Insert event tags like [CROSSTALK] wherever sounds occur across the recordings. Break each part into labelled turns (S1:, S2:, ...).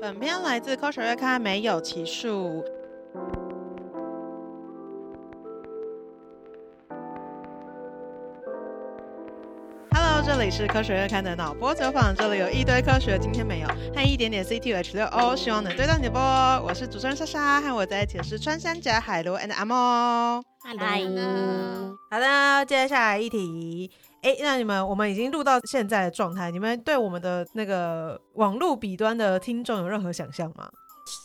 S1: 本片来自《科学月刊》，没有奇数。Hello，这里是《科学月刊》的脑波酒坊，这里有一堆科学，今天没有，和一点点 CTH 六 O，希望能对到你的波。我是主持人莎莎，和我在一起的是穿山甲、海螺 and 阿猫。
S2: 嗨，
S3: 好的，接下来一题。哎、那你们我们已经录到现在的状态，你们对我们的那个网络彼端的听众有任何想象吗？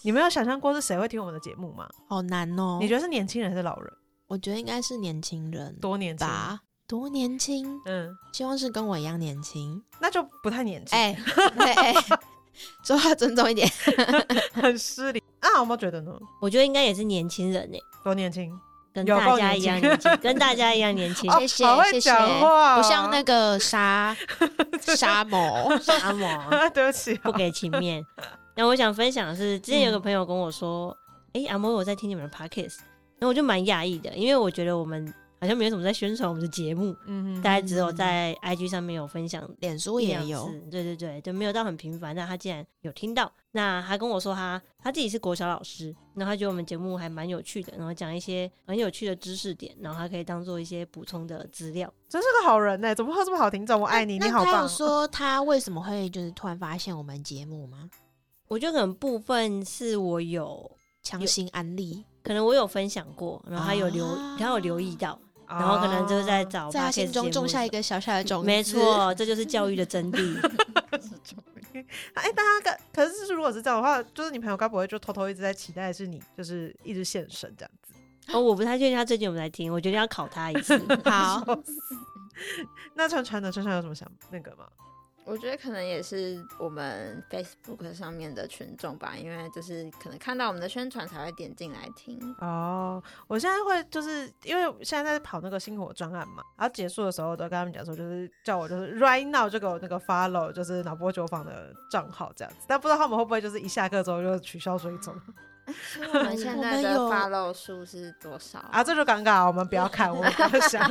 S3: 你们有想象过是谁会听我们的节目吗？
S2: 好难哦！
S3: 你觉得是年轻人还是老人？
S2: 我觉得应该是年轻人
S3: 多年轻？
S2: 吧，多年轻，
S3: 嗯，
S2: 希望是跟我一样年轻。
S3: 那就不太年轻， [LAUGHS]
S2: 哎、哎哎，说话尊重一点。
S3: 很失礼啊！有没有觉得呢？
S4: 我觉得应该也是年轻人呢，欸
S3: 多年轻？
S4: 跟
S3: 有够
S4: 大家一样
S3: 年
S4: 年
S3: 轻
S4: 轻，跟大家一样年
S3: [LAUGHS]
S4: 轻。
S3: 哦
S2: 谢谢
S3: 好会
S2: 谢谢
S3: 讲话哦
S2: 不像那个
S3: [LAUGHS]
S2: 沙沙某，
S4: 沙
S2: 哦
S4: 漠
S3: 对不起、啊
S4: 不给情面。那我想分享的是，之前有
S3: 嗯
S4: 个朋友跟我说：“哎、阿莫，我在听你们的 podcast。”然后我就蛮讶异的，因为我觉得我们好像没有什么在宣传我们的节目，
S3: 嗯哼
S4: 大家只有在 IG 上面有分享
S2: 脸书
S4: 一
S2: 也
S4: 两
S2: 有
S4: 次，对对对，就没有到很频繁。但他竟然有听到，那他跟我说他他自己是国小老师，然后他觉得我们节目还蛮有趣的，然后讲一些很有趣的知识点，然后他可以当做一些补充的资料。
S3: 真是个好人呢、欸怎么会有这么好听众？我爱你，
S2: 那
S3: 你好
S2: 他
S3: 棒哦
S2: 有！说他为什么会就是突然发现我们节目吗？
S4: 我觉得可能部分是我有，
S2: 强
S4: 有
S2: 行安利，
S4: 可能我有分享过，然后他有留，
S2: 啊哦
S4: 他有留意到，然后可能就是
S3: 哦
S4: 在找
S2: 在他
S4: podcast
S2: 心中
S4: 节目
S2: 种下一
S4: 什
S2: 个小小的种
S4: 么。
S2: 子。
S4: 没，错，这就是教育的真
S2: [LAUGHS]
S4: 谛。
S3: 哎、大家可可是如果是这样的话，就是你朋友该不会就偷偷一直在期待是你，就是一直现身这样子？
S4: 哦，我不太确定他最近有没有在听，我决定要考他一次。
S3: [LAUGHS]
S2: 好，
S3: 那川川呢？川川有什么想那个吗？
S5: 我觉得可能也是我们 Facebook 上面的群众吧，因为就是可能看到我们的宣传才会点进来听。
S3: 哦，我现在会就是因为现在在跑那个星火专案嘛，然后结束的时候我都跟他们讲说，就是叫我就是 right now 就给我那个 follow 就是脑波酒坊的账号这样子，但不知道他们会不会就是一下课之后就取消追踪
S5: 所以我们现在的
S2: 我们
S5: follow 数是多少？
S3: 啊，这就尴尬，我们不要看，我们不要
S2: [LAUGHS]
S3: 想，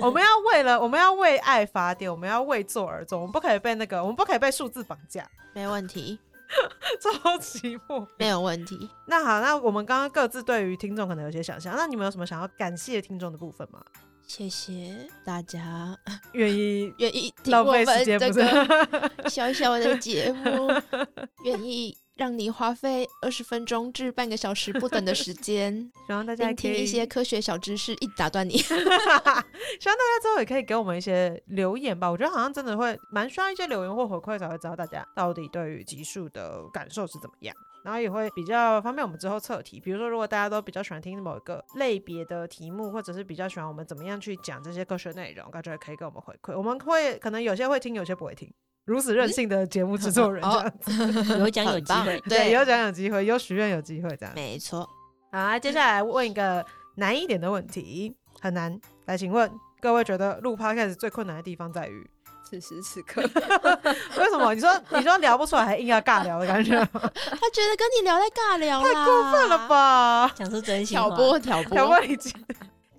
S3: 我们要为了我们要为爱发电，我们要为做而做，我们不可以被那个我们不可以被数字绑架，
S2: 没问题，
S3: 超级莫
S2: 没有问题。
S3: 那好，那我们刚刚各自对于听众可能有些想象，那你们有什么想要感谢听众的部分吗？
S2: 谢谢大家
S3: 愿意
S2: 愿意听
S3: 浪
S2: 我
S3: 费
S2: 们
S3: 时间
S2: 这
S3: 不是？ [LAUGHS]
S2: 个小小的节目，愿意让你花费二十分钟至半个小时不等的时间，
S3: 希 [LAUGHS] 望大家
S2: 聆
S3: 可
S2: 听
S3: 以
S2: 一些，科学小知识，一直打断你。
S3: [LAUGHS] 希望大家之后也可以给我们一些留言吧。我觉得好像真的会蛮需要一些留言或回馈，才会知道大家到底对于集数的感受是怎么样。然后也会比较方便我们之后测题，比如说如果大家都比较喜欢听某一个类别的题目，或者是比较喜欢我们怎么样去讲这些科学内容，感觉可以给我们回馈。我们会可能有些会听，有些不会听，如此任性的节目制作人这样子。
S4: [LAUGHS] 有奖有
S2: 很
S4: 机
S2: 棒
S4: 会，
S3: 对，
S2: 对，
S3: 有奖有机会，有许愿有机会这样。
S2: 没错。
S3: 好，那接下来问一个难一点的问题，很难。来，请问各位觉得录 podcast 最困难的地方在于 [LAUGHS]
S5: 此时此刻，
S3: 为什么？你说你说聊不出来，还硬要尬聊的感觉，
S2: 他觉得跟你聊在尬聊啦，太过
S3: 算 [LAUGHS] 了？吧？
S4: 讲出真心
S2: 挑
S4: 话。
S2: 拨挑拨，
S3: 挑拨 [LAUGHS] 离间。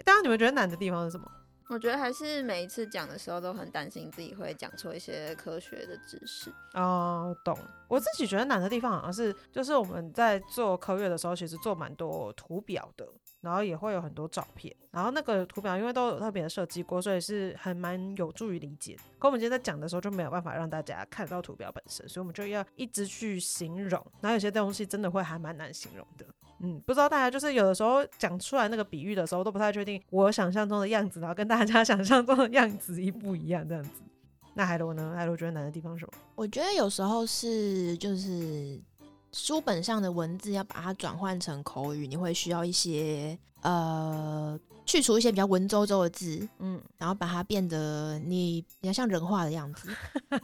S3: 当然，你们觉得难的地方是什么？
S5: [LAUGHS] 我觉得还是每一次讲的时候都很担心自己会讲错一些科学的知识。
S3: 哦，懂。我自己觉得难的地方好像是，就是我们在做科月的时候，其实做蛮多图表的，然后也会有很多照片，然后那个图表因为都有特别的设计过，所以是很蛮有助于理解。可我们今天在讲的时候就没有办法让大家看到图表本身，所以我们就要一直去形容，然后有些东西真的会还蛮难形容的。嗯，不知道大家就是有的时候讲出来那个比喻的时候，都不太确定我想象中的样子，然后跟大家 [LAUGHS] 想象中的样子一不一样这样子。那海螺呢？海螺觉得难的地方是什么？
S2: 我觉得有时候是就是书本上的文字要把它转换成口语，你会需要一些呃去除一些比较文绉绉的字，
S3: 嗯，
S2: 然后把它变得你比较像人话的样子。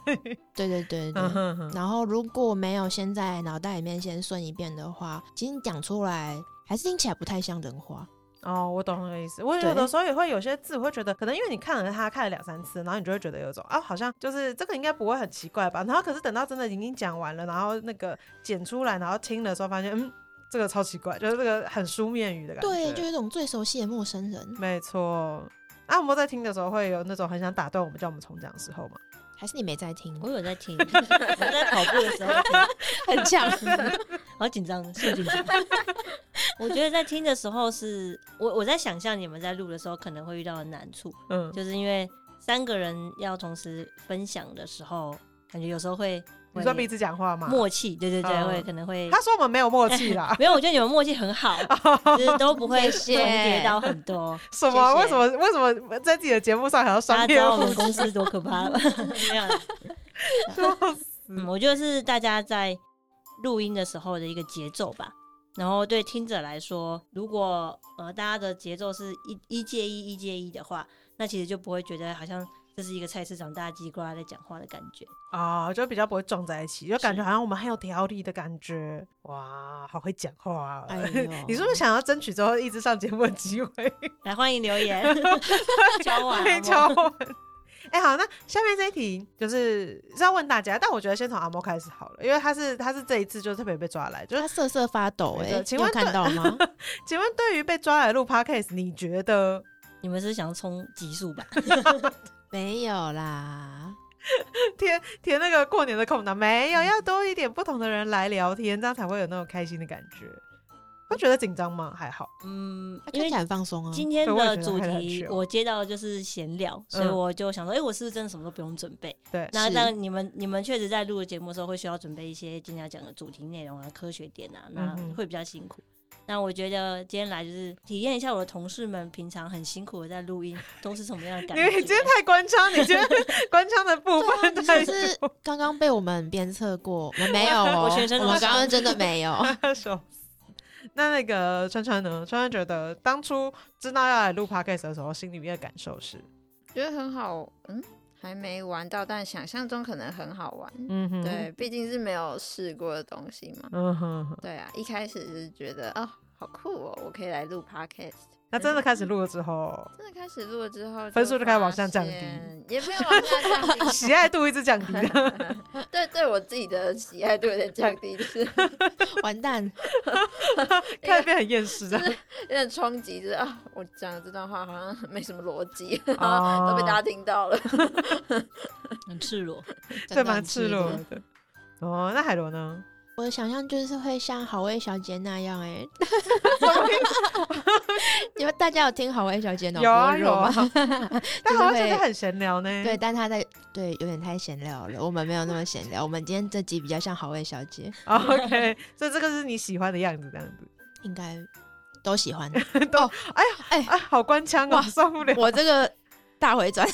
S2: 对对对对对。
S3: 嗯哼哼，
S2: 然后如果没有先在脑袋里面先顺一遍的话，其实你讲出来还是听起来不太像人话。
S3: 哦，我懂那个意思。我有
S2: 对
S3: 的时候也会有些字，我会觉得可能因为你看了他看了两三次，然后你就会觉得有一种啊，好像就是这个应该不会很奇怪吧。然后可是等到真的已经讲完了，然后那个剪出来，然后听的时候发现，嗯，这个超奇怪，就是这个很书面语的感觉。
S2: 对，就有一种最熟悉的陌生人，
S3: 没错。啊那我们在听的时候会有那种很想打断我们叫我们重讲的时候吗？
S4: [LAUGHS]
S2: 还是你没在听？
S4: 我有在听，我在跑步的时候听，
S2: [LAUGHS] 很强。
S4: 好紧张，是紧张。我觉得在听的时候是，我我在想象你们在录的时候可能会遇到的难处，
S3: 嗯，
S4: 就是因为三个人要同时分享的时候，感觉有时候会
S3: 你
S4: 会
S3: 说彼此讲话吗？
S4: 默契，对对对，
S3: 嗯
S4: 会可能会。
S3: 他说我们没有默契
S4: [LAUGHS]，
S3: 啦
S4: 没有，我觉得你们默契很好，
S3: [LAUGHS]
S4: 就是都不会
S5: 谢谢
S4: 重叠到很多。
S3: 什么？
S4: 谢谢
S3: 为什么？为什么在自己的节目上还要
S4: 大
S3: 双
S4: 家知
S3: 面
S4: 道我
S3: 复
S4: 们
S3: 制？
S4: 公司多可怕 [LAUGHS] 了。没有啦嗯，我觉得是大家在录音的时候的一个节奏吧。然后对听者来说，如果呃大家的节奏是一一介一一介一的话，那其实就不会觉得好像这是一个菜市场大叽呱在讲话的感觉。
S3: 啊、就比较不会撞在一起，就感觉
S4: 是
S3: 好像我们很有条理的感觉。哇，好会讲话、啊！ [LAUGHS]
S2: 哎呦
S3: 你是不是想要争取之后一直上节目的机
S2: [LAUGHS]
S3: 会？
S4: 来，欢迎留 [LAUGHS] 言，交往 [LAUGHS]
S2: 哦
S3: 可以敲完。 [LAUGHS] 哎、好，那下面这一题就是是要问大家，但我觉得先从阿莫开始好了，因为他是他是这一次就特别被抓来，就是
S2: 他瑟瑟发抖哎、
S3: 没错
S2: 欸，
S3: 请
S2: 你有
S3: 问
S2: 看
S3: 对
S2: 到吗？
S3: 请问对于被抓来录 podcast，你觉得
S4: 你们是想冲极速吧？
S2: [LAUGHS] 没有啦，
S3: 填填那个过年的空档没
S2: 嗯
S3: 有？要多一点不同的人来聊天，这样才会有那种开心的感觉。会觉得紧张吗？还好，
S4: 嗯
S2: 他，
S4: 因
S2: 看
S4: 为
S2: 起来很放松啊。
S4: 今天
S3: 对我也
S4: 的
S3: 觉得
S4: 主
S3: 还很
S4: 题
S3: chill
S4: 我接到的就是闲聊，所以
S3: 嗯
S4: 我就想说，哎、我是不是真的什么都不用准备？
S3: 对
S4: 那
S2: 是
S4: 但你们你们确实在录的节目的时候会需要准备一些今天要讲的主题内容啊、科学点啊，那
S3: 嗯哼
S4: 会比较辛苦。那我觉得今天来就是体验一下我的同事们平常很辛苦的在录音都是什么样的感
S3: 你今
S4: 觉
S3: 天。太官腔，你今天 [LAUGHS] 官腔的部分
S2: 你
S3: 太
S2: 是不啊是刚刚被我们鞭策过？我们没有
S3: [LAUGHS]
S2: 哦，
S4: 我全身都
S2: 我们
S4: 是
S2: 刚刚真的没有。
S3: 手。那那个川川呢？川川觉得当初知道要来录 podcast 的时候，心里面的感受是，
S5: 觉得很好，嗯，还没玩到，但想象中可能很好玩。
S3: 嗯哼，
S5: 对，毕竟是没有试过的东西嘛。
S3: 嗯哼，
S5: 对啊，一开始是觉得哦，好酷哦，我可以来录 podcast。
S3: 那真的开始录了之后，
S5: 真的开始录了之后，
S3: 分数就开始往下降低
S5: 发现，也不用往下
S3: [LAUGHS]
S5: 降低。
S3: 喜爱度一直降低。
S5: 对，对我自己的喜爱度有点降低，就是有
S2: 完蛋，
S3: 开始变很厌世的，
S5: 点冲击，就是啊，我讲的这段话好像没什么逻辑，
S3: 哦
S5: 都被大家听到了。
S4: 很赤裸，
S3: 对，
S2: 真的
S3: 蛮
S2: 很
S3: 赤裸的。哦，那海螺呢？
S2: 我的想象就是会像好味小姐那样哎、
S3: [LAUGHS]
S2: 欸，因为大家有听好味小姐脑
S3: 有啊
S2: 波
S3: 有
S2: 弱
S3: 啊嗯
S2: 吗？，
S3: [LAUGHS]
S2: [LAUGHS]
S3: 但好像现在
S2: 会
S3: 很闲聊呢。
S2: 对，但她在对有点太闲聊了，我们没有那么闲聊，我们今天这集比较像好味小姐，
S3: 哦，OK，所以这个是你喜欢的样子，这样子。
S2: 应该都喜
S3: [LAUGHS]
S2: 欢。
S3: 哎，好官腔哦，
S2: 哇
S3: 受不了， [LAUGHS]
S2: 我这个大回转，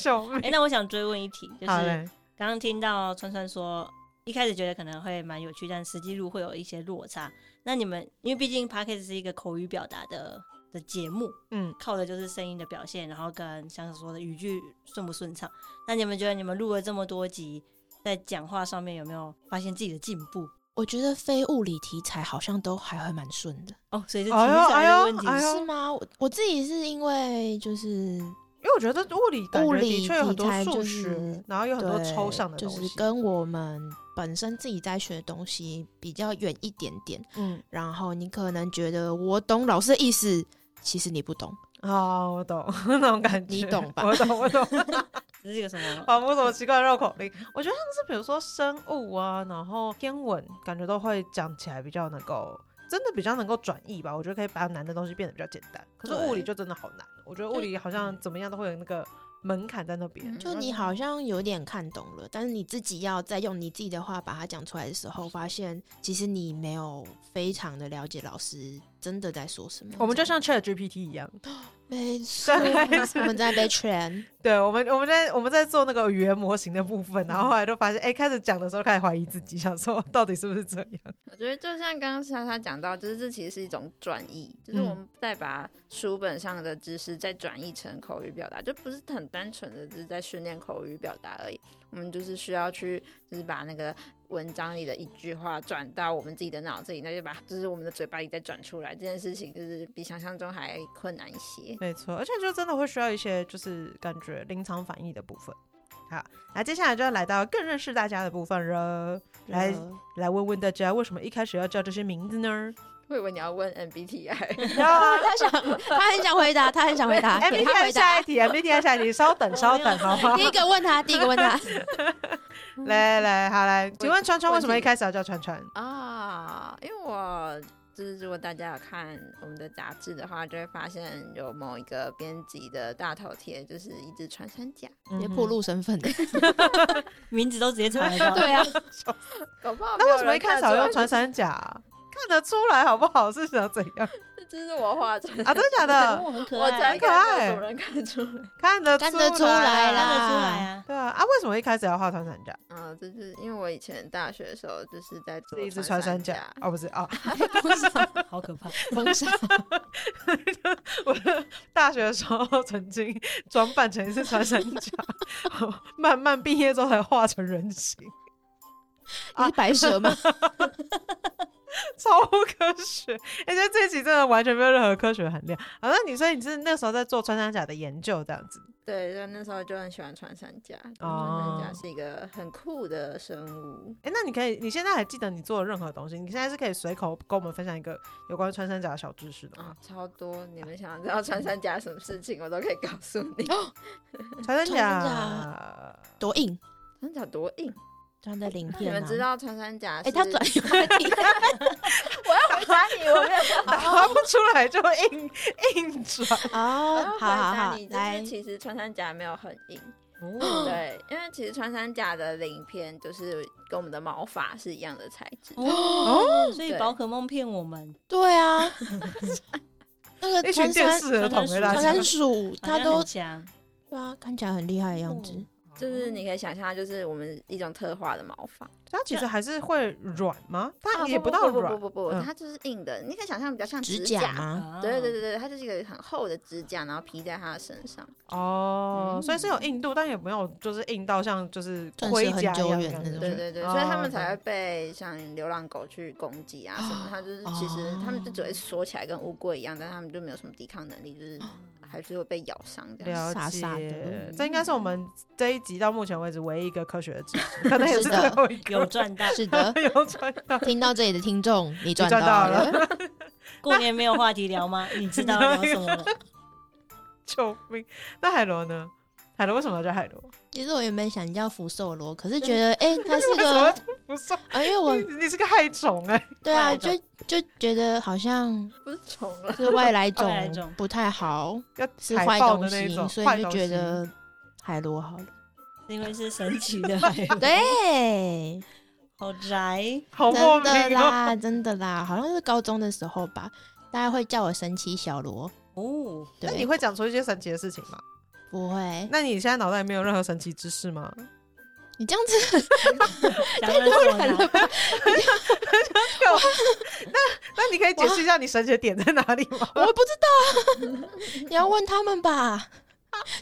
S3: 救
S4: 哎、
S3: 命！
S4: 那我想追问一题， [LAUGHS] 就是
S3: 好嘞，
S4: 刚刚听到川川说，一开始觉得可能会蛮有趣，但实际录会有一些落差。那你们因为毕竟 p a c k a g e 是一个口语表达的的节目，
S3: 嗯，
S4: 靠的就是声音的表现，然后跟像说的语句顺不顺畅。那你们觉得你们录了这么多集，在讲话上面有没有发现自己的进步？
S2: 我觉得非物理题材好像都还会蛮顺的，
S4: 哦，所以是题
S3: 哎呦
S4: 材的问题。
S3: 哎呦
S2: 是吗？我我自己是因为就是
S3: 因为我觉得物理感
S2: 物
S3: 觉
S2: 理
S3: 的确有很多
S2: 题材
S3: 数
S2: 就是
S3: 学，然后有很多
S2: 对
S3: 抽象的
S2: 就
S3: 东
S2: 是
S3: 西。
S2: 跟我们本身自己在学的东西比较远一点点。
S3: 嗯，
S2: 然后你可能觉得我懂老师的意思，其实你不懂。
S3: 哦，我懂 [LAUGHS] 那种感觉，
S2: 你懂吧
S3: 我懂，我
S2: [LAUGHS]
S3: 懂。
S4: 这是一个什么？
S3: 仿佛什么奇怪的绕口令。我觉得像是比如说生物啊，然后天文，感觉都会讲起来比较能够，真的比较能够转译吧。我觉得可以把难的东西变得比较简单。可是
S2: 对嗯
S3: 物理就真的好难，我觉得物理好像怎么样都会有那个门槛在那边。
S5: 嗯
S2: 就你好像有点看懂了，但是你自己要再用你自己的话把它讲出来的时候，发现其实你没有非常的了解老师真的在说什么。
S3: 我们就像 Chat GPT 一样，
S2: 没错， [LAUGHS] 我们在被 train。
S3: 对我们我们在我们在做那个语言模型的部分，然后后来就发现，哎、开始讲的时候开始怀疑自己，想说到底是不是这样？
S5: 我觉得就像刚刚莎莎讲到，就是这其实是一种转译，就是我们再把书本上的知识再转译成口语表达，就不是很单纯的只是在训练口语表达而已。我们就是需要去，就是把那个文章里的一句话转到我们自己的脑子里，那就把就是我们的嘴巴里再转出来。这件事情就是比想象中还困难一些。
S3: 没错，而且就真的会需要一些就是感觉临场反应的部分。好，那接下来就要来到更认识大家的部分了。来
S2: 啊呃
S3: 来问问大家，为什么一开始要叫这些名字 [LAUGHS] 呢？
S5: 我以为你要问
S2: [LAUGHS]
S5: MBTI，
S3: 啊
S2: 他想，他很想回答，他很想回答，啊给他
S3: ，MBTI
S2: 回
S3: 哎下
S2: 答
S3: 一。
S2: [LAUGHS]
S3: 题，MBTI 下一题，稍等稍等，好吗？
S2: 第一个问他，第一个问他，
S3: 哦来来来，好来，请问川川为什么一
S5: 问题
S3: 开始要叫川川？
S5: 啊，因为我就是如果大家有看我们的杂志的话，就会发现有某一个编辑的大头贴就是一只穿山甲，
S3: 嗯
S2: 也暴露身份。
S4: 名字都直接查得
S3: [LAUGHS]
S4: 到。
S2: 对啊，
S5: [LAUGHS] 搞不好没
S3: 那
S5: 有
S3: 为什么
S5: 人
S3: 一开始要
S5: 看出来
S3: 用穿山甲啊？看得出来好不好？是想怎样
S5: 这这是我画的，
S3: 啊？真的假
S2: [LAUGHS]
S3: 的？
S4: 哦，很可
S5: 我
S4: 爱，看
S5: 才
S3: 可
S5: 看到
S3: 爱
S5: 有人看出来。
S3: 看得
S2: 看得出来啦
S4: 得出来
S5: [LAUGHS]
S4: 啊。
S3: 对啊，啊，为什么一开始要画穿山甲？
S5: 啊，就是因为我以前大学的时候就是在做
S3: 是一只穿山
S5: 甲
S3: 甲，哦，不是哦， [LAUGHS]
S4: 好可怕！
S2: 封杀
S3: 我大学的时候曾经装扮成一只穿山甲， [LAUGHS] 哦慢慢毕业之后才画成人形， [LAUGHS]
S2: 你是白蛇吗？
S3: 超不科学。而且这一集真的完全没有任何科学含量。好，那你说你是那时候在做穿山甲的研究这样子？
S5: 对，就那时候就很喜欢穿山甲，
S3: 哦
S5: 穿山甲是一个很酷的生物。
S3: 哎、那你可以，你现在还记得你做的任何东西？你现在是可以随口跟我们分享一个有关穿山甲的小知识的吗
S5: 啊？，超多！你们想要知道穿山甲什么事情，我都可以告诉
S3: [LAUGHS]
S5: 你。
S3: 穿山
S2: 啊穿山
S3: 甲，
S2: 多硬，
S5: 穿山甲多硬？
S2: 穿的鳞
S5: 你
S2: 片、啊。
S5: 们知？道穿山甲？
S2: 哎、他转移话题，
S5: [LAUGHS] 我要回答你，我没有办法。
S3: 答不出来就硬硬转。
S5: 我
S2: 哦
S5: 要，回
S2: 好好
S5: 答
S2: 好
S5: 你，，就是
S2: 来，
S5: 其实穿山甲没有很硬，
S3: 哦
S5: [LAUGHS] 对，因为其实穿山甲的鳞片就是跟我们的毛发是一样的材质。
S4: 哦，所以
S5: 对
S4: 宝可梦骗我们，
S2: 对啊，那
S3: 一
S2: 个
S3: 群
S2: 呃穿
S3: 电
S2: 山
S3: 视儿啊童
S4: 穿山
S3: 给大
S2: 穿
S3: 家
S2: 山鼠，
S4: 好
S2: 它
S4: 像
S2: 都
S4: 很强，
S2: 对啊，看起来很厉害的样子。嗯
S5: 就是你可以想象，就是我们一种特化的毛发，
S3: 它其实还是会软吗？它
S5: 啊
S3: 也到
S5: 不不
S3: 软
S5: 不不不，
S3: 嗯
S5: 它就是硬的，你可以想象比较像
S2: 指甲
S5: 甲。
S2: 吗？哦
S4: 啊
S5: 对对对对，它就是一个很厚的指甲，然后披在它的身上。
S3: 哦，
S5: 嗯
S3: 所以是有硬度，但也没有就是硬到像就是
S2: 钻石
S3: 盔
S2: 很
S3: 甲一
S2: 久
S3: 样
S2: 远
S3: 感
S2: 那
S3: 觉。
S2: 种
S5: 对对对，
S3: 哦
S5: 所以他们才会被像流浪狗去攻击啊什么。它就是其实
S2: 哦
S5: 他们就只会缩起来跟乌龟一样，但他们就没有什么抵抗能力，就是
S2: 哦
S5: 还是会被咬伤这样。
S3: 了
S2: 傻傻的
S3: 解，
S2: 嗯
S3: 这应该是我们这一集到目前为止唯一一个科学的知识，可能也是
S2: 是
S3: 最
S2: 的。
S3: 后一个，
S4: 有赚到
S2: 是的
S3: [LAUGHS] 有穿到。
S2: 听到这里的听众，你赚
S3: 赚到
S2: 了， [LAUGHS]
S4: 过年没有话题聊吗？你知道聊什么了？
S3: 救命！那海螺呢？海螺为什么要叫海螺？
S2: 其实我原本想叫福寿螺，可是觉得哎、它是
S3: 为什
S2: 个
S3: 么不算？
S2: 啊，因为我
S3: 你你是个害虫哎、
S2: 对啊，
S4: 外来
S2: 就
S4: 种
S2: 就觉得好像
S5: 不是虫了，
S2: 是
S3: [LAUGHS]
S2: 外来
S4: 外来种
S2: 种不太好，是
S3: 要
S2: 坏
S3: 海豹
S2: 东
S3: 的那
S2: 西
S3: 一种，，
S2: 所
S3: 坏
S2: 以就
S3: 东
S2: 觉
S3: 西
S2: 得海螺好了。
S4: 因为是神奇的海螺，
S2: 对，
S4: 好宅。
S3: 好莫
S2: 真的
S3: 名哦、
S2: 啦，真的啦，好像是高中的时候吧，大家会叫我神奇小罗。
S4: 哦，
S3: 那你
S2: 对，
S3: 会讲出一些神奇的事情吗？
S2: 不会？
S3: 那你现在脑袋里没有任何神奇知识吗？
S2: 你这样子
S3: [LAUGHS]
S4: 讲了这么
S2: 很
S4: 难，
S3: 那你可以解释一下你神奇的点在哪里吗？
S2: 我不知道， [LAUGHS] 你要问他们吧，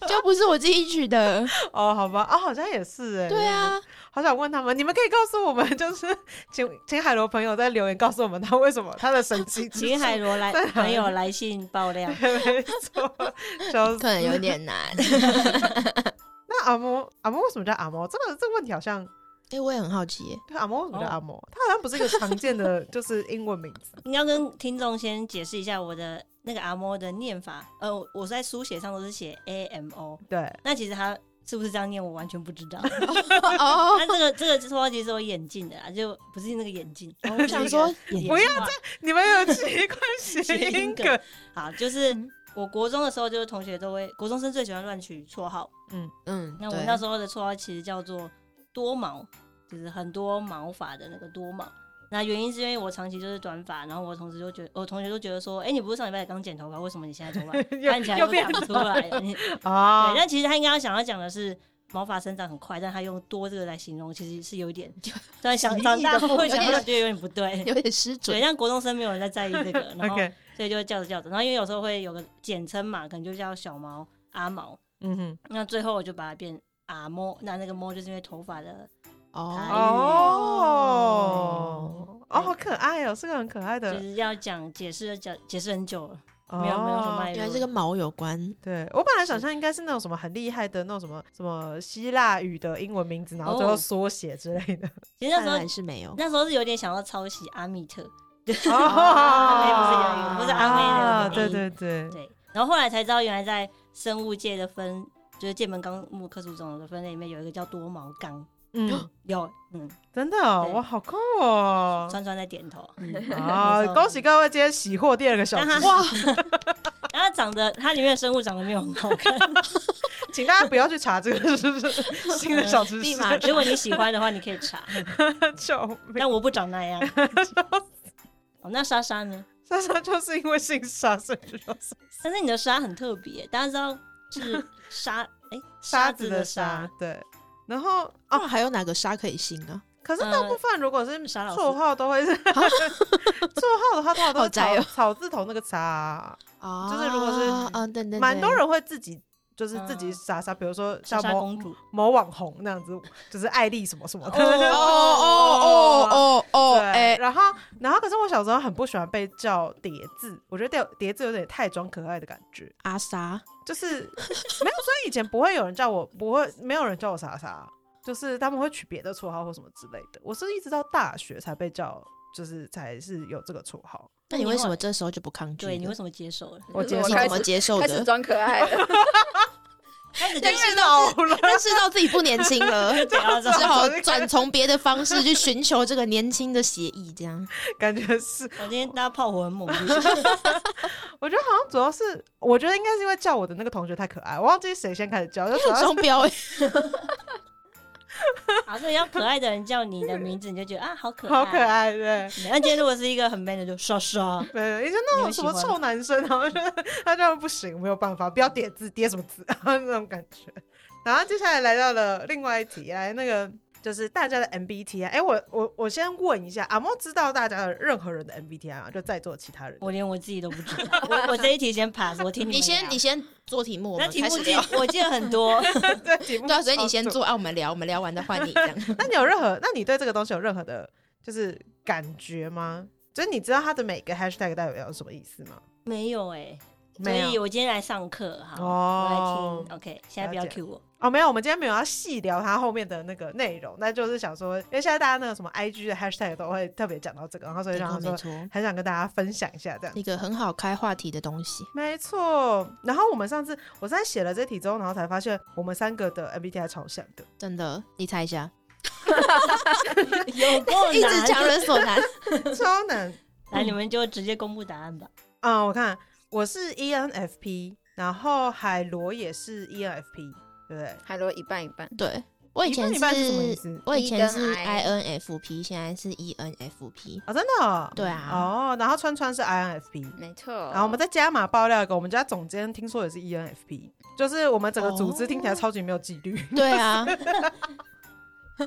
S2: 就不是我自己
S3: [LAUGHS]
S2: 取的。
S3: [LAUGHS] 哦，好吧，啊、好像也是哎、
S2: 对，啊，
S3: 好想问他们，你们可以告诉我们，就是 [LAUGHS] 请请海螺朋友在留言告诉我们他为什么他的神奇知识。，
S4: 秦海螺来朋友来信爆料
S3: [LAUGHS] 没错，就是
S2: 可能有点 [LAUGHS] 难。
S3: 那阿嬷，阿嬷为什么叫阿嬷？这个这个问题好像
S2: 哎，我也很好奇
S3: [LAUGHS]
S2: 耶，
S3: 对阿嬷为什么叫阿嬷？它好像不是一个常见的就是英文名字。
S4: 你要跟听众先解释一下我的那个阿嬷的念法。呃，我我在书写上都是写 A M O，
S3: 对，
S4: 那其实它是不是这样念，我完全不知道。
S2: 哦，
S4: 那这个这个说话其实是我眼镜的啊，就不是那个啊眼镜。
S2: 我想说，
S3: 不要
S4: 再
S3: 你们有奇怪谐音梗，
S4: 好，就是
S2: 嗯
S4: 我国中的时候，就是同学都会，国中生最喜欢乱取绰号。
S2: [LAUGHS] 嗯，
S4: 那我
S2: 对
S4: 那时候的绰号其实叫做多毛，就是很多毛发的那个多毛。那原因是因为我长期就是短发，然后我同时就觉得，我同学都觉得说，哎、你不是上礼拜刚剪头发，为什么你现在头
S2: [LAUGHS]
S4: 发看起来
S3: 又
S4: 都
S3: 变
S4: 长不出来了？你对，
S2: 哦
S3: 啊，
S4: 但其实他应该要想要讲的是。毛发生长很快，但他用“多”这个来形容，其实是有一点。虽然想长大后会想到，觉得有点不对。
S2: 有点失
S4: 对，
S2: 准。
S4: 但国中生没有人在在意
S2: [LAUGHS]
S4: 这个，然后
S3: OK，
S4: 所以就会叫着叫着，然后因为有时候会有个简称嘛，可能就叫小毛、阿毛，
S3: 嗯哼，
S4: 那最后我就把它变阿毛，那那个毛就是因为头发的，哎
S2: 哦，
S3: 哦，哦，好可爱哦，是个很可爱
S4: 就
S3: 的，
S4: 是要讲解释讲解释很久了，
S3: 哦
S4: 没有没有什么脉
S2: 原来
S4: 络。
S2: 是跟毛有关。
S3: 对我本来想象应该是那种什么很厉害的那种什么什么希腊语的英文名字，然后最后
S4: 哦
S3: 缩写之类的。
S4: 其实那
S2: 看
S4: 时
S2: 来
S4: 候
S2: 是没有。
S4: 那时候是有点想要抄袭阿密特，
S3: 阿
S4: 阿妹哦不是有一个，不是阿妹的那
S3: 啊，
S4: 个
S3: 对
S4: 音
S3: 对对，
S4: 对，然后后来才知道原来在生物界的分。就是界门纲目科属种的分类里面有一个叫多毛纲，
S3: 嗯，
S4: 有，嗯，
S3: 真的哦，
S4: 对
S3: 哇，好酷哦！
S4: 川川在点头。
S3: 啊
S4: 没，错
S3: 恭喜各位，今天喜获第二个小
S4: 但 [LAUGHS]
S3: 知识
S4: 它哇，然后它长得它里面的生物长得没有很好
S3: [LAUGHS]
S4: 看，
S3: 请大家不要去查这个是不是新的小知
S4: [LAUGHS] 立
S3: 识，
S4: 马如果你喜欢的话，你可以查。
S3: 救
S4: [LAUGHS]
S3: 命！
S4: 但我不长那样。哦，那莎莎呢？
S3: 莎莎就是因为姓莎，所以就叫莎
S4: 但是你的莎很特别，大家知道是沙
S3: [LAUGHS]
S4: 哎、
S3: 沙
S4: 沙
S3: 子
S4: 子
S3: 的
S4: 沙
S3: 沙，，对。然后
S2: 哦，还有哪个沙可以姓啊？
S3: 可是
S4: 呃
S3: 大部分如果是
S4: 沙老师
S3: 绰号都会是绰号的话，通常都
S2: 好
S3: 是
S2: 宅
S3: 草
S2: 哦
S3: 草字头那个草啊，
S2: 啊
S3: 就是如果是
S2: 嗯，对对对，
S3: 蛮多人会自己就是自己
S4: 嗯
S3: 莎莎，比如说
S4: 莎
S3: 像
S4: 莎
S3: 某
S4: 公主。
S3: 某网红那样子，就是艾丽什么什么的。
S2: 哦哦哦哦哦，
S3: [LAUGHS] 对，
S2: 哎，
S3: 然后，然后，可是我小时候很不喜欢被叫叠字，我觉得叠叠字有点太装可爱的感觉，
S2: 阿莎，
S3: 就是没有，所以以前不会有人叫我，不会，没有人叫我莎莎，就是他们会取别的绰号或什么之类的。我是一直到大学才被叫，就是才是有这个绰号。
S2: 那你为什
S4: 后
S2: 么
S4: 来
S2: 这时候就不抗拒了？
S4: 对你为
S2: 么
S4: 什么接受了？
S3: 我
S5: 就
S3: 接
S5: 是
S3: 受
S5: 开
S2: 怎么
S5: 始
S2: 接受
S5: 开始
S2: 的？
S5: 装可爱了，
S4: 开始就
S2: 认
S4: 是
S2: 识到认识到自己 [LAUGHS] 不年轻了，
S4: 不要这
S2: 只
S4: 样。
S2: 好转从别的方式去寻求这个年轻的协议，这样。
S3: 感觉是，
S4: 我今天大家炮火很猛烈，
S3: 我觉得好像主要是，我觉得应该是因为叫我的那个同学太可爱，我忘记谁先开始叫，就主要是
S2: 双标哎，
S4: 好，所以要可爱的人叫你的名字，你就觉得啊，好可
S3: [LAUGHS]
S4: 爱，
S3: 好可。爱，对。
S4: 那今天如果是一个很 man 的，就莎莎。
S3: 对，也就那种
S4: 你会
S3: 什
S4: 喜
S3: 么
S4: 欢
S3: 臭男生，然后就他这样不行，没有办法，不要叠字，叠什么字，然后那种感觉。然后接下来来到了另外一题，来那个就是大家的 MBTI。哎，我我我先问一下，阿莫知道大家的任何人的 MBTI 吗？就在座其他人的。
S4: 我连我自己都不知道，我我这一题先 pass，我听你们
S2: 你先
S4: 聊
S2: 你先做题目，我
S4: 那
S2: 们
S4: 题
S2: 开
S4: 目
S2: 始
S4: 记 [LAUGHS]
S2: 聊。
S4: 我记得很多，
S3: [LAUGHS] 对，题目
S2: 对啊，所以你先
S3: 操作。
S2: 做啊，我们聊，我们聊完再换你这样。
S3: [LAUGHS] 那你有任何？那你对这个东西有任何的，就是感觉吗？就是你知道它的每个 hashtag 代表什么意思吗？
S4: 没有哎、所
S3: 没
S4: 以
S3: 有
S4: 我今天来上课，好，
S3: 哦
S4: 我来听。OK，现在不要
S3: 了解
S4: Q 我，
S3: 哦，没有，我们今天没有要细聊它后面的那个内容，那就是想说，因为现在大家那个什么 IG 的 hashtag 都会特别讲到这个，然后所以
S2: 没
S3: 让他
S2: 错
S3: 说
S2: 没错，
S3: 很想跟大家分享一下这样。
S2: 一个很好开话题的东西。
S3: 没错，然后我们上次我在写了这题之后，然后才发现我们三个的 MBTI 超像的，
S2: 真的，你猜一 [LAUGHS] 下，
S4: 有够
S2: 一直强
S4: 难。
S2: [LAUGHS] 人所难。
S3: 超难。
S4: 哦来，你们就直接公布答案吧。
S3: 嗯，我看我是 E ENFP，然后海螺也是 E ENFP，对不对？
S5: 海螺一半一半，
S2: 对我以前
S3: 一半一半是什么意思
S2: 我以前是
S5: E 跟
S2: INFP，现在是 E ENFP。
S3: 哦，真的哦、
S2: 对啊，
S3: 哦，然后川川是 INFP，
S5: 没错。
S3: 然后我们再加码爆料一个，我们家总监听说也是 E ENFP，就是我们整个组织听起来超级没有纪律。
S2: [LAUGHS] 对啊，
S5: 我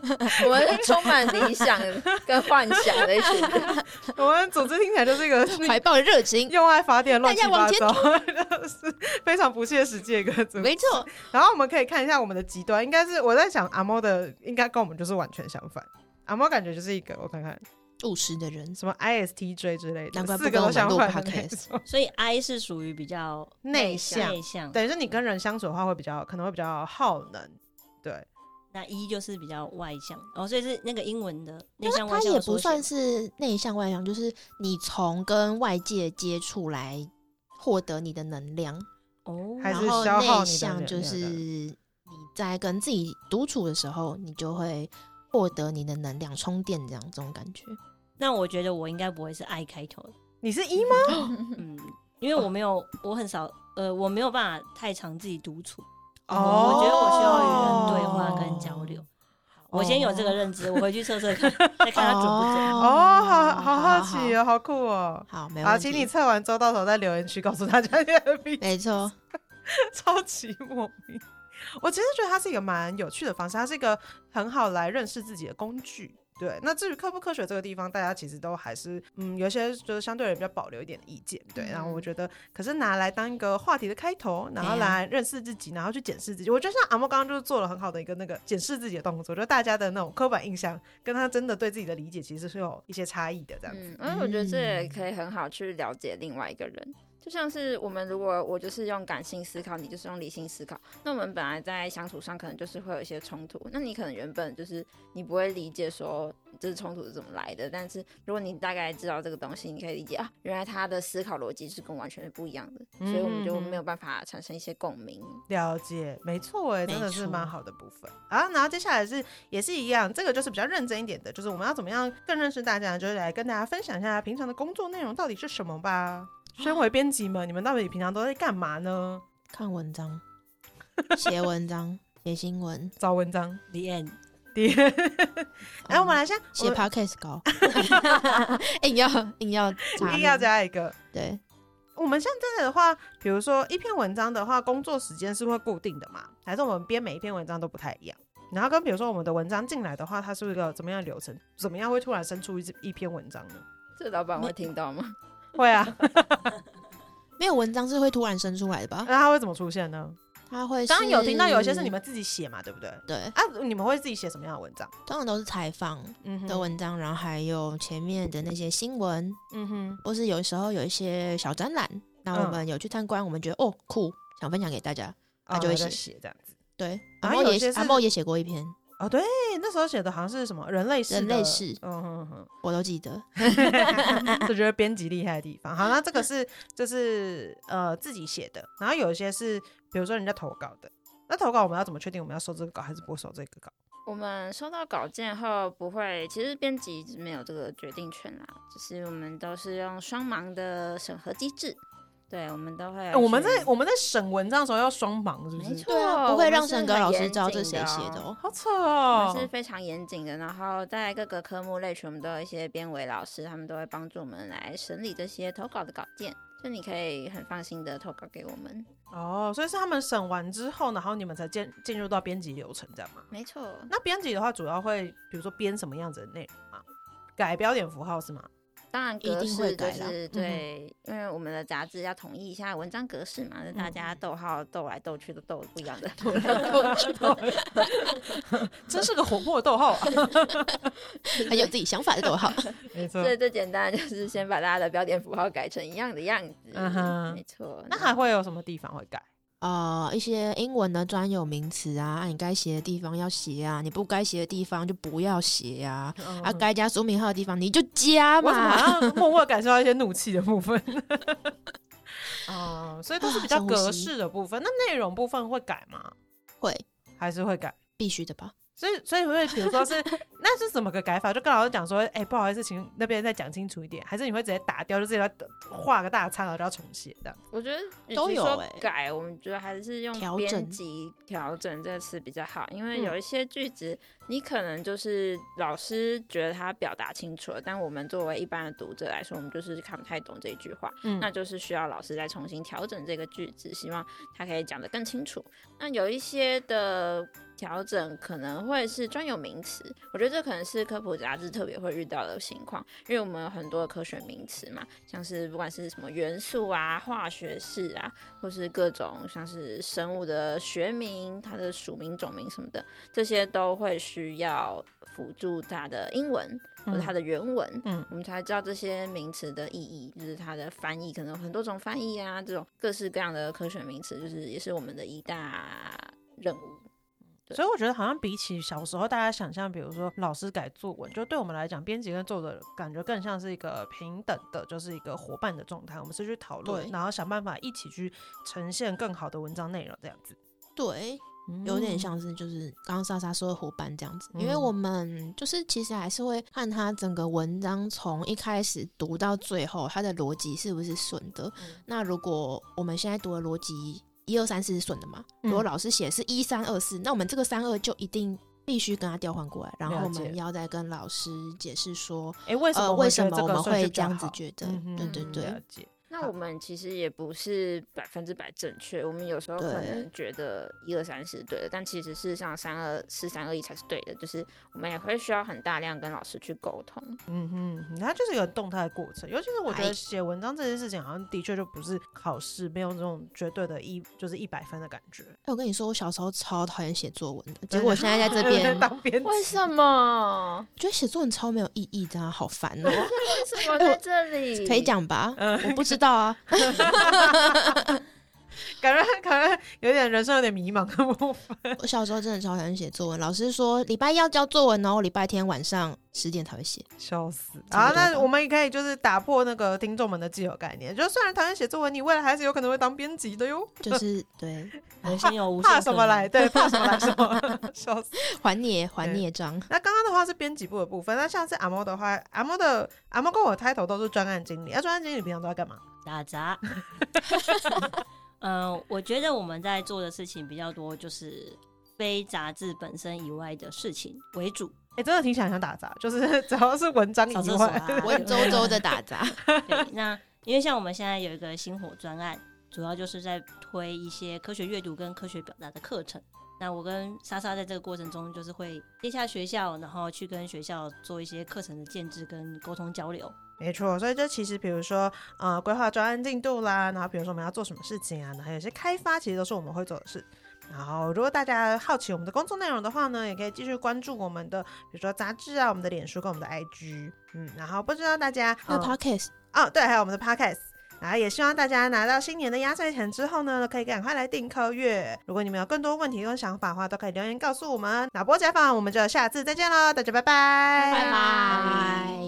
S5: 们是充满理想跟幻想的一群人，
S3: 我们组织听起来就是一
S2: [LAUGHS]
S3: 个
S2: 怀抱热情，
S3: 用爱发电乱七八
S2: 大家
S3: 糟，就是非常不切实际的一个组织。
S2: 没错，
S3: 然后我们可以看一下我们的极端，应该是我在想阿猫的应该跟我们就是完全相反。阿猫感觉就是一个我看看
S2: 务实的人。
S3: 什么 ISTJ 之类的，
S2: 难怪不
S3: 四个
S2: 跟
S3: 都
S2: 我们
S3: 相
S2: 录
S3: 反的那
S2: podcast
S3: 种。
S4: 所以 I 是属于比较
S3: 内向
S4: 向，内向。
S3: 等于是你跟人相处的话，会比较可能会比较耗能。对，
S4: 那 E 就是比较外向，哦，所以是那个英文的内
S2: 因为
S4: 向外
S2: 他
S4: 向
S2: 也
S4: 的
S2: 不
S4: 缩写
S2: 算是内向外向，就是你从跟外界接触来获得你的能量，
S4: 哦，
S3: 还是
S2: 然后
S3: 消耗
S2: 内
S3: 你的能
S2: 向就
S3: 量
S2: 是
S3: 的
S2: 你在跟自己独处的时候，你就会获得你的能量充电，这样这种感觉。
S4: 那我觉得我应该不会是 I 开头的，
S3: 你是 E 吗？ [LAUGHS]
S4: 嗯，因为我没有，我很少，呃，我没有办法太常自己独处，
S2: 嗯
S3: 哦
S4: 我觉得我需要与人对话跟交流。好我先有这个认知，我回去测测看，再看他准不准。
S2: 哦
S3: 哦，好好好奇哦，好酷哦。
S2: 好，没
S3: 好，
S2: 问题。
S3: 请你测完之后，到时候在留言区 [LAUGHS] 告诉大家你的 B
S2: 没错，
S3: [LAUGHS] 超级莫名。 [LAUGHS] 我其实觉得它是一个蛮有趣的方式，它是一个很好来认识自己的工具。对，那至于科不科学这个地方，大家其实都还是嗯，有些就是相对人比较保留一点的意见。对，然后我觉得，可是拿来当一个话题的开头，然后
S2: 嗯对啊
S3: 来认识自己，然后去检视自己。我觉得像阿莫刚刚就是做了很好的一个那个检视自己的动作，就大家的那种刻板印象跟他真的对自己的理解其实是有一些差异的这样子。
S5: 嗯，因为我觉得这也可以很好去了解另外一个人，就像是我们如果我就是用感性思考，你就是用理性思考，那我们本来在相处上可能就是会有一些冲突。那你可能原本就是你不会理解说这冲突是怎么来的，但是如果你大概知道这个东西，你可以理解啊，原来他的思考逻辑是跟完全是不一样的，所以我们就没有办法产生一些共鸣。
S3: 了解，没错哎，真的是
S2: 没错
S3: 蛮好的部分啊。然后接下来是也是一样，这个就是比较认真一点的，就是我们要怎么样更认识大家，就是来跟大家分享一下平常的工作内容到底是什么吧。身为编辑们，你们到底平常都在干嘛呢？
S2: 看
S3: [LAUGHS]
S2: 文章，写文章，写新闻，
S3: 找文章，
S4: The end。
S3: 爹。来，
S2: 嗯
S3: 我们来先，我
S2: 写
S3: 们
S2: podcast
S3: [LAUGHS]
S2: 稿， [LAUGHS] 硬要硬要插
S3: 一定要
S2: 入
S3: 加一个。
S2: 对，
S3: 我们像这个的话，比如说一篇文章的话，工作时间是会固定的嘛？还是我们编每一篇文章都不太一样？然后跟比如说我们的文章进来的话，它是一个怎么样的流程？怎么样会突然生出一一篇文章呢？
S5: 这老板会听到吗？
S3: [LAUGHS] 会啊，
S2: 没有文章是会突然生出来的吧？
S3: 那它会怎么出现
S2: [LAUGHS]
S3: 呢？
S2: 它会
S3: 刚刚呃有听到有些是你
S2: 们
S3: 们自己写嘛，对不对？啊，
S2: 对，
S3: 你们会自己写什么样的文章？
S2: 通常都是采访
S3: 嗯
S2: 的，文章，然后还有前面的那些新闻，
S3: 嗯哼，
S2: 或是有时候有一些小展览，那我
S3: 嗯
S2: 们有去参观，我们觉得哦酷，想分享给大家。
S3: 啊，
S2: 那就会
S3: 在
S2: 写
S3: 写这样子。
S2: 对，
S3: 然
S2: 阿
S3: 后
S2: 莫
S3: 有
S2: 也
S3: 些
S2: 阿
S3: 是
S2: 莫也写过一篇，
S3: 哦，对，那时候写的好像是什么人类史，
S2: 人类啊史
S3: 嗯哼哼。
S2: 我都记得。
S3: 这就是编辑厉害的地方。好，那这个是就是呃自己写的，然后有一些是比如说人家投稿的。那投稿我们要怎么确定我们要收这个稿还是不收这个稿？
S5: 我们收到稿件后不会，其实编辑没有这个决定权啦，就是我们都是用双盲的审核机制，对，我们都会、
S3: 哎我们在我们在审文章的时候要双盲，是不
S5: 没
S3: 是？
S5: 错，
S2: 对啊，不会让沈格
S5: 我
S2: 老
S5: 们是
S2: 师
S5: 很
S2: 知道这
S5: 严
S2: 谁
S5: 谨的
S2: 写的哦。
S3: 好扯
S5: 我
S3: 哦
S5: 们是！非常严谨的，然后在各个科目类群，我们都有一些编委老师，他们都会帮助我们来审理这些投稿的稿件，就你可以很放心的投稿给我们。
S3: 哦，所以是他们审完之后，然后你们才进进入到编辑流程，这样吗？
S5: 没错，
S3: 那编辑的话，主要会比如说编什么样子的内容吗？改标点符号是吗？ [LAUGHS]
S5: 当然
S2: 一
S5: 格
S2: 定会
S5: 式就
S2: 改啦嗯
S5: 是
S2: 哼
S5: 对，因为我们的杂志要统一一下文章格式嘛，那
S2: 嗯
S5: 大家逗号逗来逗去都逗不一样的， [LAUGHS] 逗来逗去。
S3: 真是个活泼的逗
S2: [LAUGHS]
S3: 号啊！
S2: 很有自己想法的逗号，
S3: 没错
S5: 所以最简单的就是先把大家的标点符号改成一样的样子，
S3: 嗯哼
S5: 没错。
S3: [LAUGHS] 那还会有什么地方会改？
S2: 呃，一些英文的专有名词啊，啊你该写的地方要写啊，你不该写的地方就不要写啊，啊，
S3: 啊
S2: 该加书名号的地方你就加
S3: 我怎么啊
S2: 嘛。
S3: 好像默默感受到一些怒气的部分？ [LAUGHS] 哦、所以都是比较
S2: 啊深呼吸
S3: 格式的部分。那内容部分会改吗？
S2: 会，
S3: 还是会改？
S2: 必须的吧？
S3: 所以，所以会比如说是，那是怎么个改法？就跟老师讲说，哎、不好意思，请那边再讲清楚一点，还是你会直接打掉，就直接画个大叉，然后就要重写的？
S5: 我觉得与
S2: 都
S5: 其
S2: 有
S5: 说
S2: 欸
S5: 改，我们觉得还是用
S2: 调
S5: 编
S2: 整
S5: 辑调整这个词比较好，因为
S3: 嗯
S5: 有一些句子，你可能就是老师觉得他表达清楚了，但我们作为一般的读者来说，我们就是看不太懂这一句话，
S3: 嗯
S5: 那就是需要老师再重新调整这个句子，希望他可以讲得更清楚。那有一些的。调整可能会是专有名词，我觉得这可能是科普杂志特别会遇到的情况，因为我们有很多的科学名词嘛，像是不管是什么元素啊、化学式啊，或是各种像是生物的学名、它的属名、种名什么的，这些都会需要辅助它的英文或者它的原文，
S3: 嗯
S5: 我们才知道这些名词的意义，就是它的翻译，可能有很多种翻译啊，这种各式各样的科学名词，就是也是我们的一大任务。对
S3: 所以我觉得好像比起小时候大家想象，比如说老师改作文，就对我们来讲，编辑跟作者感觉更像是一个平等的，就是一个伙伴的状态。我们是去讨论，
S2: 对
S3: 然后想办法一起去呈现更好的文章内容，这样子。
S2: 对，有点
S3: 嗯
S2: 像是就是刚刚莎莎说的伙伴这样子，因为
S3: 嗯
S2: 我们就是其实还是会看他整个文章从一开始读到最后，他的逻辑是不是顺的。
S3: 嗯
S2: 那如果我们现在读的逻辑一二三四是顺的嘛，如果
S3: 嗯
S2: 老师写是一三二四，那我们这个三二就一定必须跟他调换过来，然
S3: 了
S2: 后我
S3: 解
S2: 们要再跟老师解释说，
S3: 哎、为什么
S2: 呃，
S3: 我
S2: 为
S3: 会
S2: 什
S3: 觉得这
S2: 么我
S3: 个
S2: 们
S3: 顺序
S2: 会
S3: 比
S2: 这
S3: 较
S2: 样子
S3: 好
S2: 觉得？
S3: 嗯哼
S2: 对对
S5: 嗯
S2: 对
S3: 了，解，
S5: 那
S3: 好
S5: 我们其实也不是百分之百正确，我们有时候可
S2: 对
S5: 能觉得一二三是对的，但其实事实上三二四三二一才是对的，就是我们也会需要很大量跟老师去沟通。
S3: 嗯哼，嗯它就是一个动态的过程。尤其是我觉得
S2: 哎
S3: 写文章这件事情，好像的确就不是考试，没有那种绝对的一就是一百分的感觉。
S2: 哎，我跟你说，我小时候超讨厌写作文的，
S3: 真
S2: 结
S3: 的
S2: 果我现
S3: [LAUGHS]
S2: 在在这
S3: 在
S2: 边，我
S3: 当编辑，[LAUGHS]
S4: [LAUGHS]
S5: 为什么？
S2: 觉
S3: [LAUGHS]
S2: 得写作文超没有意义的啊，好烦哦。
S5: [LAUGHS] 为什
S2: 哎
S5: 么
S2: 我
S5: 在这里？
S2: 可以，讲吧？
S3: 嗯
S2: 我不知道道啊，
S3: 感觉 [LAUGHS] 感觉有点人生有点迷茫的部分。
S2: 我小时候真的超讨厌写作文，老师说礼拜一要交作文，哦然后礼拜天晚上十点才会写。
S3: 笑死！
S2: 差
S3: 啊
S2: 不，多
S3: 那
S2: 吧
S3: 我们也可以就是打破那个听众们的既有概念，就是虽然讨厌写作文，你未来还是有可能会当编辑的哟。
S2: 就是
S3: [LAUGHS]
S2: 对，
S4: 人生有无限
S3: 怕
S4: 可
S3: 什么
S4: 能
S3: 来？对，怕什么来什么。 [LAUGHS] 笑死！
S2: 还你还孽障，
S3: 那刚刚的话是编辑部的部分，那像是阿猫的话，阿猫的阿猫跟我 title 都是专案经理，那、专案经理平常都在干嘛？
S4: 打
S3: [LAUGHS]
S4: 杂。嗯、我觉得我们在做的事情比较多，就是非杂志本身以外的事情为主，
S3: 哎、真的挺想像打杂，就是 [LAUGHS] 只要是文章
S4: 扫
S3: 以
S4: 厕
S3: 外，
S4: 所
S3: [LAUGHS]
S4: 啊，
S2: 文绉绉的打杂。
S4: [LAUGHS] 对，那因为像我们现在有一个星火专案，主要就是在推一些科学阅读跟科学表达的课程。那我跟莎莎在这个过程中，就是会接下学校，然后去跟学校做一些课程的建制跟沟通交流。
S3: 没错。所以这其实比如说呃规划专案进度啦，然后比如说我们要做什么事情啊，然后还有一些开发，其实都是我们会做的事。然后，如果大家好奇我们的工作内容的话呢，也可以继续关注我们的，比如说杂志啊、我们的脸书跟我们的 IG。嗯，然后不知道大家
S2: 那
S3: 呃
S2: podcast
S3: 哦，对，还有我们的 podcast。然后也希望大家拿到新年的压岁钱之后呢，可以赶快来订科月。如果你们有更多问题跟想法的话，都可以留言告诉我们。脑波采访，我们就下次再见喽，大家拜拜，
S2: 拜拜。